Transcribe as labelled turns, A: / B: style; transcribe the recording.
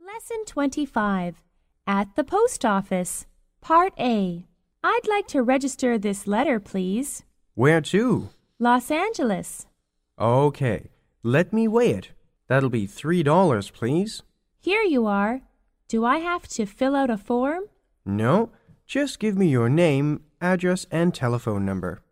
A: Lesson 25 At the Post Office, Part A. I'd like to register this letter, please.
B: Where to?
A: Los Angeles.
B: Okay, let me weigh it. That'll be three dollars, please.
A: Here you are. Do I have to fill out a form?
B: No, just give me your name, address, and telephone number.